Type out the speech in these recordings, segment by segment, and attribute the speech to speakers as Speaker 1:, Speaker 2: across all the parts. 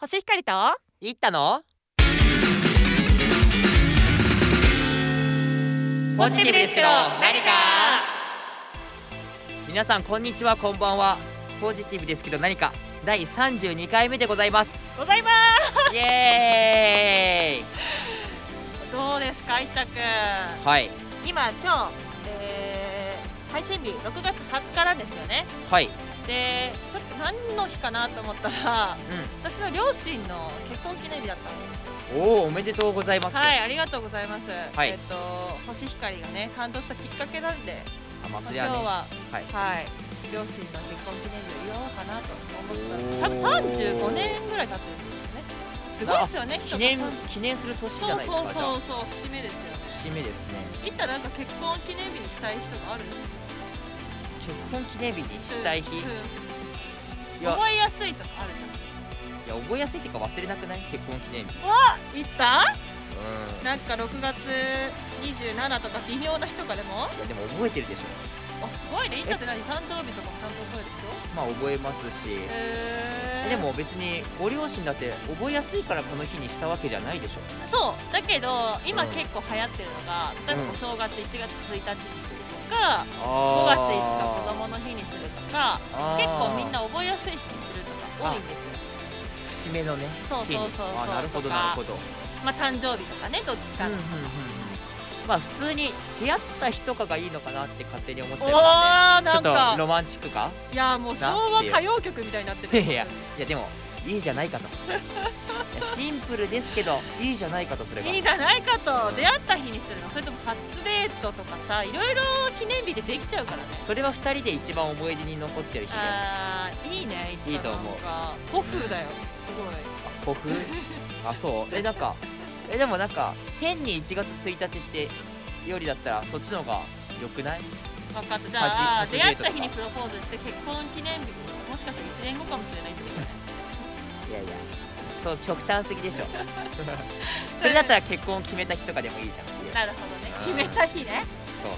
Speaker 1: 星光と
Speaker 2: 行ったのポジティブですけど何か皆さんこんにちはこんばんはポジティブですけど何か第32回目でござ います
Speaker 1: ございます
Speaker 2: イエ
Speaker 1: どうですか一択
Speaker 2: ーイはい
Speaker 1: 今今日、えー、配信日6月20日なんですよね
Speaker 2: はい
Speaker 1: でちょっと何の日かなと思ったら私の両親の結婚記念日だったんですよ
Speaker 2: うんおおおめでとうございます、
Speaker 1: はいありがとうございます、
Speaker 2: はい
Speaker 1: えっ、と星光がね感動したきっかけなんで、
Speaker 2: あまあ
Speaker 1: まあ
Speaker 2: それ
Speaker 1: 今
Speaker 2: は
Speaker 1: 日
Speaker 2: ね
Speaker 1: は
Speaker 2: はい
Speaker 1: はい両親の結婚記念日を祝おうかなと思ってたんです多
Speaker 2: おー
Speaker 1: 分35年ぐらい経ってるんですよねすごいですよね
Speaker 2: 記念
Speaker 1: 人が
Speaker 2: 記念する年じ
Speaker 1: そうそう
Speaker 2: ゃないですかじ
Speaker 1: そ
Speaker 2: ゃあ
Speaker 1: うそう節目ですよね
Speaker 2: 節目ですね
Speaker 1: いったなんか結婚記念日にしたい人があるんですよ
Speaker 2: 結婚記念日にしたい日
Speaker 1: うん
Speaker 2: い
Speaker 1: うん
Speaker 2: や
Speaker 1: 覚えやすいとかある
Speaker 2: いや覚えやすいっていうか忘れなくない結婚記念日
Speaker 1: じゃんいった
Speaker 2: うん
Speaker 1: なんか6月27とか微妙な日とかでも
Speaker 2: いやでも覚えてるでしょ
Speaker 1: あすごいねいったって何誕生日とかもちゃんと覚える人
Speaker 2: まあ覚えますし
Speaker 1: へー
Speaker 2: でも別にご両親だって覚えやすいからこの日にしたわけじゃないでしょ
Speaker 1: そうだけど今
Speaker 2: うん
Speaker 1: 結構流行ってるのが例えば
Speaker 2: うん
Speaker 1: お正月1月1日にするとか5月5日子供
Speaker 2: あ
Speaker 1: の日にするとか
Speaker 2: あ
Speaker 1: 結構みんな覚えやすい日にするとか多いんですよ
Speaker 2: 節目のね
Speaker 1: そうそうそうそう
Speaker 2: 日にあなるほどなるほど
Speaker 1: まあ誕生日とかねどっちか
Speaker 2: うん
Speaker 1: の
Speaker 2: うんうんうんまあ普通に出会った日とかがいいのかなって勝手に思っち
Speaker 1: お
Speaker 2: ゃ
Speaker 1: お
Speaker 2: い
Speaker 1: ー
Speaker 2: ますねちょ
Speaker 1: な
Speaker 2: っ
Speaker 1: んか
Speaker 2: とロマンチック か
Speaker 1: いやもう昭和歌謡曲みたいになってる
Speaker 2: いやいやいやでもいいじゃないかといやシンプルですけどいいじゃないかとそれが
Speaker 1: いいじゃないかと出会った日にするのそれとも初デートとかさいろいろ記念日でできちゃうからね
Speaker 2: それは2人で一番思い出に残ってる日で
Speaker 1: あーいいね
Speaker 2: いいと思う
Speaker 1: う古風だよすごい
Speaker 2: 古 風あそうえなんかえでもなんか変に1月1日ってよりだったらそっちの方が良くない
Speaker 1: 分かったじゃあ
Speaker 2: 初初デートとか
Speaker 1: 出会った日にプロポーズして結婚記念日にもしかしたら1年後かもしれないってことね
Speaker 2: いやいやそう極端すぎで しょそれだったら結婚を決めた日とかでもいいじゃんそう
Speaker 1: なるほどね決めた日ね
Speaker 2: そ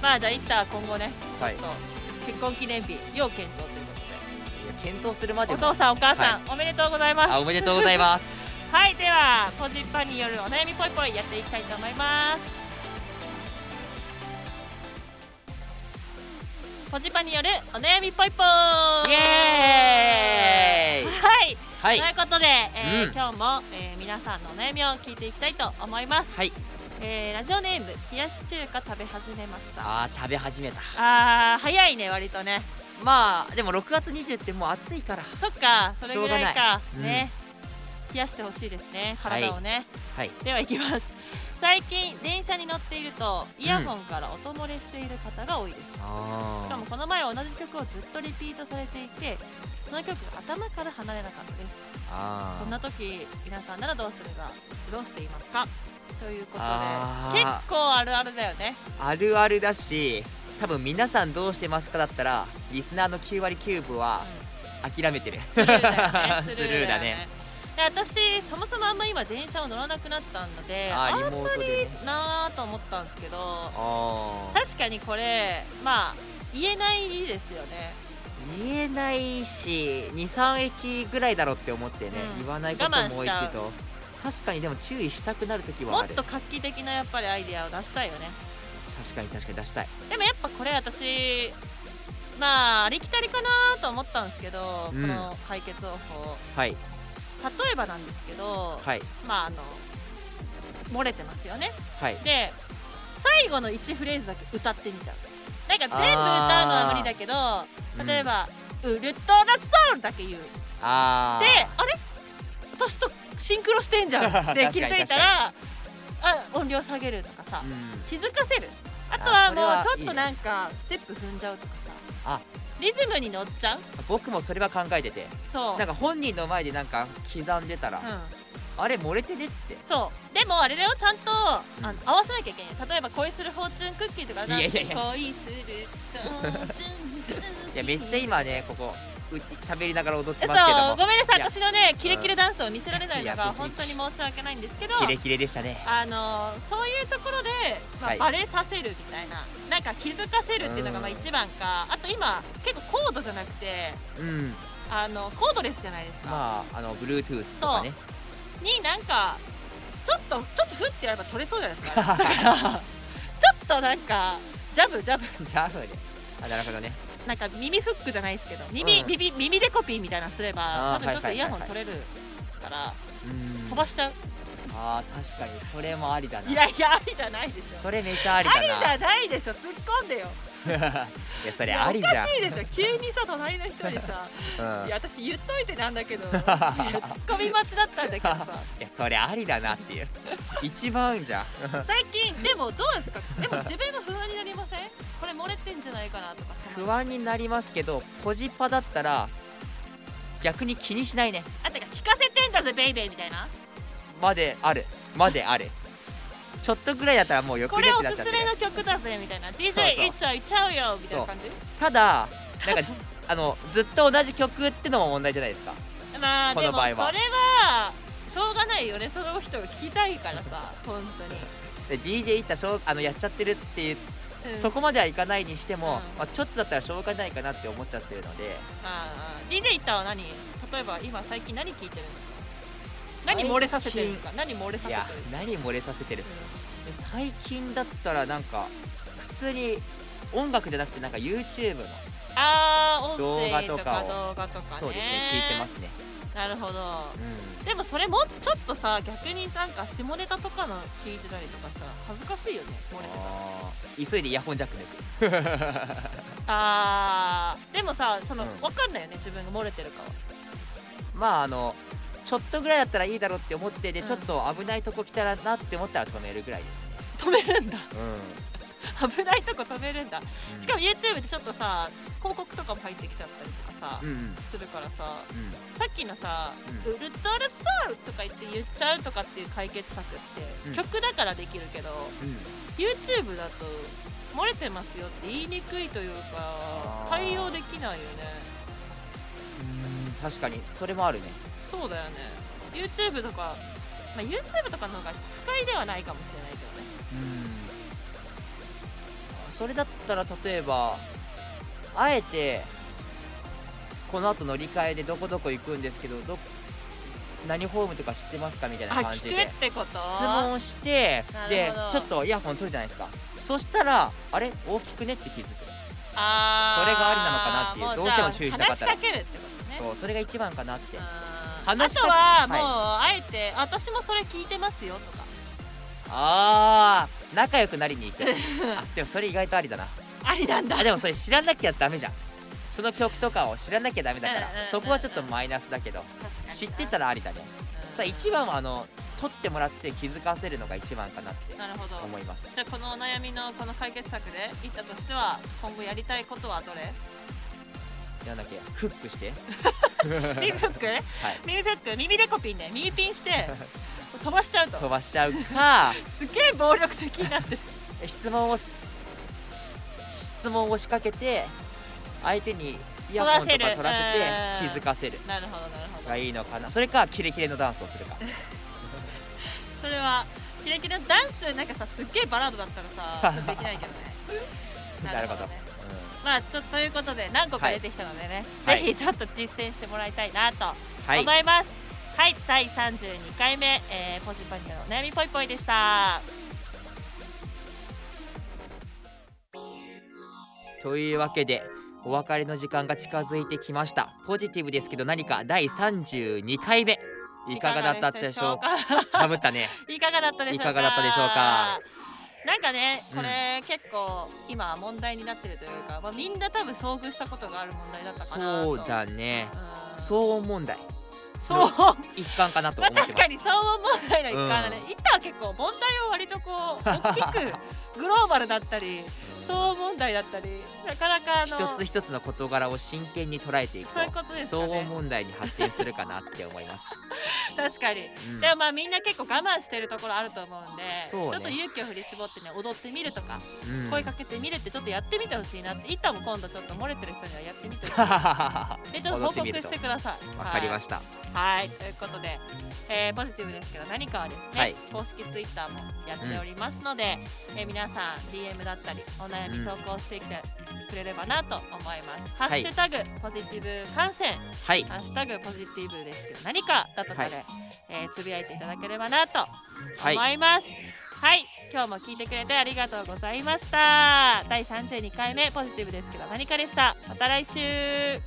Speaker 1: まあじゃあいった今後ね
Speaker 2: うはいい
Speaker 1: ちょっ
Speaker 2: や
Speaker 1: と結婚記念日要検討ということで
Speaker 2: 検討するまで
Speaker 1: お
Speaker 2: も
Speaker 1: 父さんお母さん、おめでとうございます
Speaker 2: あおめでとうございます
Speaker 1: はいではポジパンによるお悩みぽいぽいやっていきたいと思いますポジパンによるお悩みぽいぽい
Speaker 2: イエ
Speaker 1: は
Speaker 2: ーイ
Speaker 1: い、
Speaker 2: はい
Speaker 1: ということで、えー
Speaker 2: うん
Speaker 1: 今日も、えー皆さんのお悩みを聞いていきたいと思います、
Speaker 2: はい
Speaker 1: えーラジオネーム冷やし中華食べ始めました
Speaker 2: あー食べ始めた
Speaker 1: あー早いね割とね
Speaker 2: まあでも6月20ってもう暑いから
Speaker 1: そっかそれぐらいか
Speaker 2: しょうがない
Speaker 1: ね、冷やしてほしいですね体をね、
Speaker 2: はい
Speaker 1: では行きます最近電車に乗っているとイヤホンから音漏れしている方が多いです、しか
Speaker 2: あ
Speaker 1: もこの前は同じ曲をずっとリピートされていてその曲が頭から離れなかったです
Speaker 2: あ
Speaker 1: そんな時皆さんならどうすればどうしていますかということで
Speaker 2: あー
Speaker 1: 結構あるあるだよね
Speaker 2: あるあるだし多分皆さんどうしてますかだったらリスナーの9割キューブは諦めてる
Speaker 1: スルー だよね
Speaker 2: スルーだね
Speaker 1: で私そもそもあんま今電車を乗らなくなったので
Speaker 2: あ
Speaker 1: あ
Speaker 2: ーリモートでね
Speaker 1: んなーと思ったんですけど
Speaker 2: あー
Speaker 1: 確かにこれまあ言えないですよね
Speaker 2: 言えないし23駅ぐらいだろうって思ってね、
Speaker 1: うん
Speaker 2: 言わないことも多い
Speaker 1: 我慢し
Speaker 2: け
Speaker 1: ち
Speaker 2: ど確かにでも注意したくなるときは
Speaker 1: も
Speaker 2: あ
Speaker 1: っ
Speaker 2: る
Speaker 1: と
Speaker 2: 確
Speaker 1: 画期的なやっぱりアイデアを出したいよね
Speaker 2: かに確かに出したい
Speaker 1: でもやっぱこれ私まあありきたりかなと思ったんですけど、
Speaker 2: うん
Speaker 1: この解決方法
Speaker 2: はい
Speaker 1: 例えばなんですけど、
Speaker 2: はい
Speaker 1: まああの漏れてますよね
Speaker 2: はい
Speaker 1: で最後の1フレーズだけ歌ってみちゃうなんか全部歌うのは無理だけ
Speaker 2: ー
Speaker 1: ど
Speaker 2: うん
Speaker 1: 例えば、ウルトラソウルだけ言う
Speaker 2: あ
Speaker 1: で
Speaker 2: ー
Speaker 1: あれ私とシンクロしてんじゃんっ
Speaker 2: 確か
Speaker 1: て
Speaker 2: に
Speaker 1: 気づいたらあ音量下げるとかさ、
Speaker 2: うん
Speaker 1: 気づかせるあと
Speaker 2: あそれ
Speaker 1: は
Speaker 2: は
Speaker 1: もうちょっとなんかステップ踏んじゃうとかさ
Speaker 2: あ
Speaker 1: リズムに乗っちゃう
Speaker 2: 僕もそれは考えてて
Speaker 1: そう
Speaker 2: なんか本人の前でなんか刻んでたら、
Speaker 1: うん、
Speaker 2: あれ漏れてねって
Speaker 1: そうでもあれだよちゃんとあの
Speaker 2: うん
Speaker 1: 合わせなきゃいけない例えば恋するフォーチュンクッキーとかなん
Speaker 2: い
Speaker 1: て
Speaker 2: やいやいや
Speaker 1: 恋するフォーチュンクッキー
Speaker 2: いやめっちゃ今ねここう喋りながら踊って
Speaker 1: そう
Speaker 2: ますけども
Speaker 1: ごめんなさい
Speaker 2: いや
Speaker 1: 私のねキレキレダンスを見せられないの
Speaker 2: いや
Speaker 1: が
Speaker 2: 別に
Speaker 1: 本当に申し訳ないんですけど
Speaker 2: キレキレでしたね
Speaker 1: あのーそういうところで、まあ
Speaker 2: はい
Speaker 1: バレさせるみたいななんか気づかせるっていうのがまあ
Speaker 2: うん
Speaker 1: 一番かあと今結構高度じゃなくて
Speaker 2: うん
Speaker 1: あのコードレスじゃないですか、
Speaker 2: まああの Bluetooth とかね
Speaker 1: になんかちょっとちょっとふってやれば取れそうじゃないです かだからちょっとなんかジャブジャブ
Speaker 2: ジャブであなるほどね
Speaker 1: なんか耳フックじゃないですけど耳、
Speaker 2: うん
Speaker 1: 耳耳デコピーみたいなのすれば多
Speaker 2: あー
Speaker 1: 分ちょっと
Speaker 2: はい
Speaker 1: イ
Speaker 2: はい
Speaker 1: ヤ
Speaker 2: はい
Speaker 1: ホ
Speaker 2: は
Speaker 1: ン
Speaker 2: い
Speaker 1: 取れるから
Speaker 2: うん
Speaker 1: 飛ばしちゃう、
Speaker 2: あー確かにそれもありだない
Speaker 1: やいやありじゃないでしょ
Speaker 2: それめちゃあり
Speaker 1: ありじ
Speaker 2: だな
Speaker 1: ゃないでしょ突っ込んでよ
Speaker 2: いやそれ
Speaker 1: いや
Speaker 2: ありじゃん
Speaker 1: おかしいでしょ急にさ隣の人に さ
Speaker 2: うん
Speaker 1: いや私言っといてなんだ けどツッコミ待ちだったんだけどさ
Speaker 2: いやそれありだなっていう一番合うんじゃん
Speaker 1: 最近でもどうですかでも自分が不安になりませんこれ漏れてんじゃないかなとかその
Speaker 2: 不安になりますけどポジパだったら逆に気にしないね
Speaker 1: あてか聞かせてんだぜベイベーみたいな
Speaker 2: まであるまであるちょっとぐらいだったらもうよく
Speaker 1: こ
Speaker 2: な
Speaker 1: れお
Speaker 2: くなっ
Speaker 1: す
Speaker 2: ちゃ
Speaker 1: す
Speaker 2: って
Speaker 1: め
Speaker 2: ね
Speaker 1: の曲だぜみたいな
Speaker 2: そう
Speaker 1: DJ いっちゃいちゃうよみたいな感じ
Speaker 2: ただなんか あのずっと同じ曲ってのも問題じゃないですか
Speaker 1: まあ
Speaker 2: こ
Speaker 1: で
Speaker 2: の
Speaker 1: も
Speaker 2: 場
Speaker 1: そ
Speaker 2: 合
Speaker 1: れ
Speaker 2: は
Speaker 1: はしょうがないよねその人が聞きたいからさ本当
Speaker 2: で DJ 行ったしょうあのやっちゃってるっていう、
Speaker 1: に、うん
Speaker 2: そこまではいかないにしても、
Speaker 1: うん
Speaker 2: まあ、ちょっとだったらしょうがないかなって思っちゃってるので
Speaker 1: ああ DJ 行ったは何例えば今最近何聞いてるんですか何漏れさせてるんですか何漏れさせて
Speaker 2: い
Speaker 1: る
Speaker 2: や
Speaker 1: んですか
Speaker 2: 何漏れさせてるで最近だったらなんか普通に音楽じゃなくてなんか YouTube の
Speaker 1: ああ音
Speaker 2: 動画
Speaker 1: 声と
Speaker 2: とか
Speaker 1: か
Speaker 2: を
Speaker 1: 動画とかね
Speaker 2: そうですね聞いてますね、
Speaker 1: なるほど
Speaker 2: うん
Speaker 1: でもそれもちょっとさ逆になんか下ネタとかの聞いてたりとかさ恥ずかしいよね漏れてたら
Speaker 2: あー急いでイヤホンジャック抜く
Speaker 1: あーでもさその、
Speaker 2: うん
Speaker 1: わかんないよね自分が漏れてるかは
Speaker 2: まああのちょっとぐらいだったらいいだろうって思ってで、
Speaker 1: うん
Speaker 2: ちょっと危ないとこ来たらなって思ったら止めるぐらいです
Speaker 1: 止
Speaker 2: ね
Speaker 1: めるんだ
Speaker 2: う
Speaker 1: 危ないとこ止めるんだ
Speaker 2: ん
Speaker 1: しかも YouTube でちょっとさ広告とかも入ってきちゃったりとかさ、
Speaker 2: うんうんうん
Speaker 1: するからささっきのさ「
Speaker 2: うん
Speaker 1: ウルトラソウル」とか言って言っちゃうとかっていう解決策って、
Speaker 2: うん
Speaker 1: 曲だからできるけど
Speaker 2: うん、
Speaker 1: YouTube だと漏れてますよって言いにくいというか
Speaker 2: あー
Speaker 1: 対応できないよね
Speaker 2: うん、確かにそれもあるね
Speaker 1: そうだよね YouTube とか、まあ、YouTube とかの方が不快ではないかもしれないけどね
Speaker 2: うんそれだったら例えばあえてこの後乗り換えでどこどこ行くんですけどど何ホームとか知ってますかみたいな
Speaker 1: あ
Speaker 2: 感じ
Speaker 1: 聞
Speaker 2: で
Speaker 1: くってこと
Speaker 2: 質問をして
Speaker 1: なる
Speaker 2: で
Speaker 1: ほど
Speaker 2: ちょっとイヤホン取るじゃないですかそしたらあれ大きくねって気づく
Speaker 1: あー
Speaker 2: それがありなのかなってい
Speaker 1: も
Speaker 2: うどうしても注意しなかったら
Speaker 1: じゃあ話しかけるってことね
Speaker 2: そうそれが一番かなって
Speaker 1: あーあ
Speaker 2: 話し
Speaker 1: と
Speaker 2: かけ
Speaker 1: はもう、
Speaker 2: は
Speaker 1: あ
Speaker 2: い
Speaker 1: えてあ私もそれ聞いてますよとか
Speaker 2: あー仲良くなりに行くあでもそれ意外とありだな
Speaker 1: ありなん だ
Speaker 2: あでもそれ知らなきゃダメじゃんその曲とかを知らなきゃダメだから
Speaker 1: うんうんうんうん
Speaker 2: そこはちょっとマイナスだけど知ってた
Speaker 1: ら、
Speaker 2: らありだね
Speaker 1: うん
Speaker 2: さあ一番はあの取ってもらって気づかせるのが一番かなって
Speaker 1: なるほど
Speaker 2: 思います
Speaker 1: じゃあこのお悩みのこの解決策でいったとしては今後やりたいことはど れ
Speaker 2: なんだっけフックして
Speaker 1: 耳フック
Speaker 2: はい
Speaker 1: 耳フック耳デコピンね耳ピンして 飛ばしちゃうと
Speaker 2: 飛ばしちゃ うか
Speaker 1: すげえ暴力的になってる
Speaker 2: 質問をすす質問を仕掛けて相手にイヤホンとか取らせ
Speaker 1: 取らせるうん
Speaker 2: て気づかせる
Speaker 1: なるほどなるほど
Speaker 2: がいいのかなそれかキレキレのダンスをする か
Speaker 1: それはキラキラダンスなんかさすっげえバラードだったら さできないけどね
Speaker 2: なるほど
Speaker 1: ね
Speaker 2: うん
Speaker 1: まあちょっとということで何個か出てきたのでね、
Speaker 2: はい
Speaker 1: ぜひちょっと実践してもらいたいなと
Speaker 2: はい
Speaker 1: 思いますはい、第32回目、えー、ポジパニカのお悩みぽいぽいでした
Speaker 2: というわけでお別れの時間が近づいてきましたポジティブですけど何か第32回目いかがだったでしょうか
Speaker 1: か
Speaker 2: かぶったね
Speaker 1: いかがだったでしょうか
Speaker 2: いかがだったでしょうか
Speaker 1: なんかねこれ結構今問題になってるというか、まあ、みんな多分遭遇したことがある問題だったかなと
Speaker 2: そうだね
Speaker 1: うん
Speaker 2: 騒音問題
Speaker 1: そう
Speaker 2: 一環かなと
Speaker 1: ま
Speaker 2: 思
Speaker 1: あ、
Speaker 2: ってま
Speaker 1: 確か
Speaker 2: す
Speaker 1: に騒音問題の一環だね、
Speaker 2: う
Speaker 1: 板は結構問題を割とこう大きくグローバルだったり騒音問題だったりなかなかあの
Speaker 2: 一つ一つの事柄を真剣に捉えていくと
Speaker 1: そういうことですかね
Speaker 2: 騒音問題に発展するかなって思います、
Speaker 1: 確かに、
Speaker 2: うん
Speaker 1: でもまあみんな結構我慢してるところあると思うんで、ち
Speaker 2: そう
Speaker 1: ょ
Speaker 2: ね
Speaker 1: っと勇気を振り絞ってね踊ってみるとか、
Speaker 2: うん
Speaker 1: 声かけてみるってちょっとやってみてほしいなって板も今度ちょっと漏れてる人にはやってみてほしい でちょっと報
Speaker 2: 踊
Speaker 1: 告
Speaker 2: てみると
Speaker 1: してください
Speaker 2: わかりま
Speaker 1: し
Speaker 2: した
Speaker 1: たはいはいということで、えーポジティブですけど何かはですね、
Speaker 2: はい
Speaker 1: 公式ツイッターもやっておりますので、えー皆さん DM だったりお悩悩
Speaker 2: う
Speaker 1: み
Speaker 2: ん
Speaker 1: 投稿してきてくれればなと思います、ハ
Speaker 2: は
Speaker 1: ッ
Speaker 2: い
Speaker 1: シュタグポジティブ観戦
Speaker 2: はい
Speaker 1: ハッシュタグポジティブですけど何かだとかで、
Speaker 2: は
Speaker 1: えーつぶやいていただければなと
Speaker 2: は
Speaker 1: 思
Speaker 2: い
Speaker 1: いますはい、今日も聞いてくれてありがとうございました第32回目ポジティブですけど何かでしたまた来週